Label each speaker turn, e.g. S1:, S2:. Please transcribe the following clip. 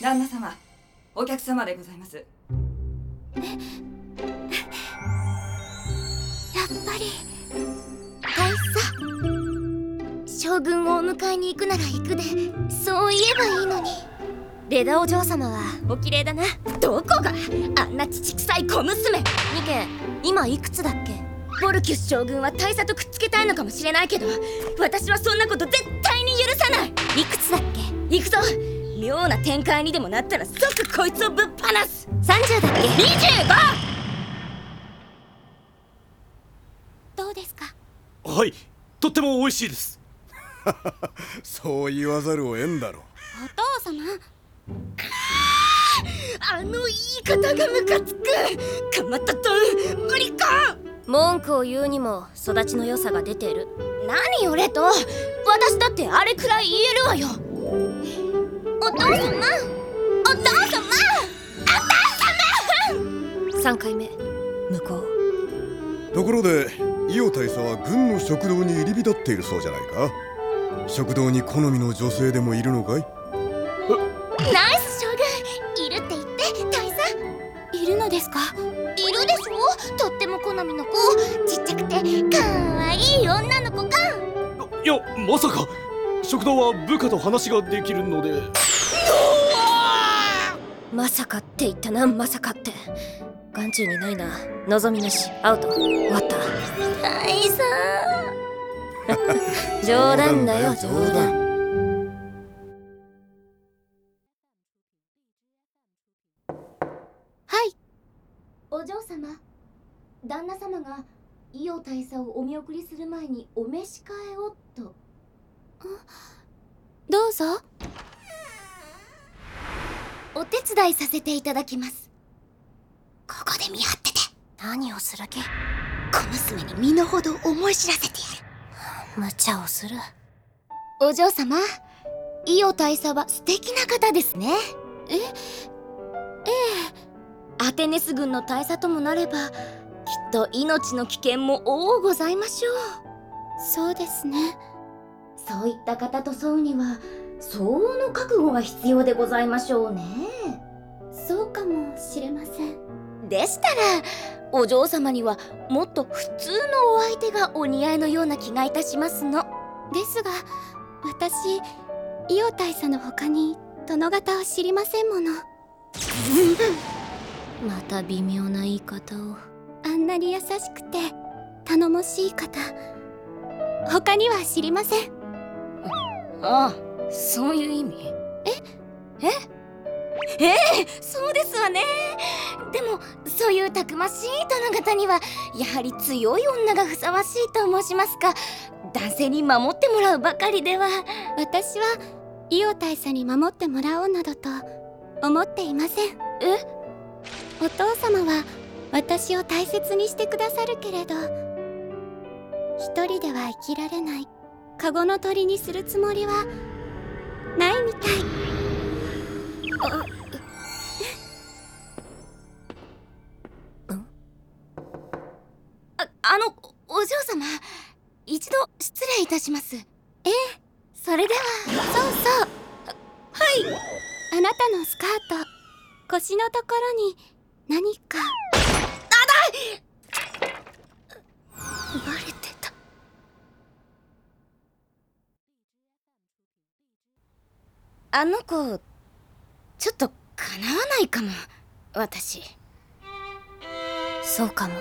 S1: 旦那様お客様でございます
S2: やっぱり大佐将軍をお迎えに行くなら行くでそう言えばいいのにレダお嬢様はお綺麗だなどこがあんな乳臭い小娘ニケ今いくつだっけボルキュス将軍は大佐とくっつけたいのかもしれないけど私はそんなこと絶対に許さないいくつだっけ行くぞ妙な展開にでもなったら即こいつをぶっ放す30だっけ 25! どうですか
S3: はいとっても美味しいです
S4: そう言わざるを得んだろう
S2: お父様あの言い方がムカつくかまったとん無理か文句を言うにも育ちの良さが出てる何よレト私だってあれくらい言えるわよお父様お父様お父様3回目向こう
S4: ところで伊予大佐は軍の食堂に入り浸っているそうじゃないか食堂に好みの女性でもいるのかい
S2: ナイス将軍いるって言って大佐いるのですかいるでしょとっても好みの子ちっちゃくてかわいい女の子か
S3: いやまさか食堂は部下と話ができるので
S2: まさかって言ったなまさかって眼中にないな望みなしアウト終わった大佐 冗談だよ冗談はいお嬢様旦那様が伊予大佐をお見送りする前にお召し替えをとどうぞお手伝いさせていただきますここで見張ってて何をする気小娘に身の程思い知らせてやる無茶をするお嬢様伊予大佐は素敵な方ですねえええアテネス軍の大佐ともなればきっと命の危険も多うございましょうそうですねそういった方と添うには相応の覚悟が必要でございましょうねそうかもしれませんでしたらお嬢様にはもっと普通のお相手がお似合いのような気がいたしますのですが私伊予大佐の他に殿方を知りませんものまた微妙な言い方をあんなに優しくて頼もしい方他には知りませんああそういう意味ええええそうですわねでもそういうたくましい殿方にはやはり強い女がふさわしいと申しますか男性に守ってもらうばかりでは私は伊予大佐に守ってもらおうなどと思っていませんえお父様は私を大切にしてくださるけれど一人では生きられないカゴの鳥にするつもりはないみたいああのお嬢様一度失礼いたしますええそれではそうそうはいあなたのスカート腰のところに何かあだいバレてたあの子ちょっとかなわないかも私そうかも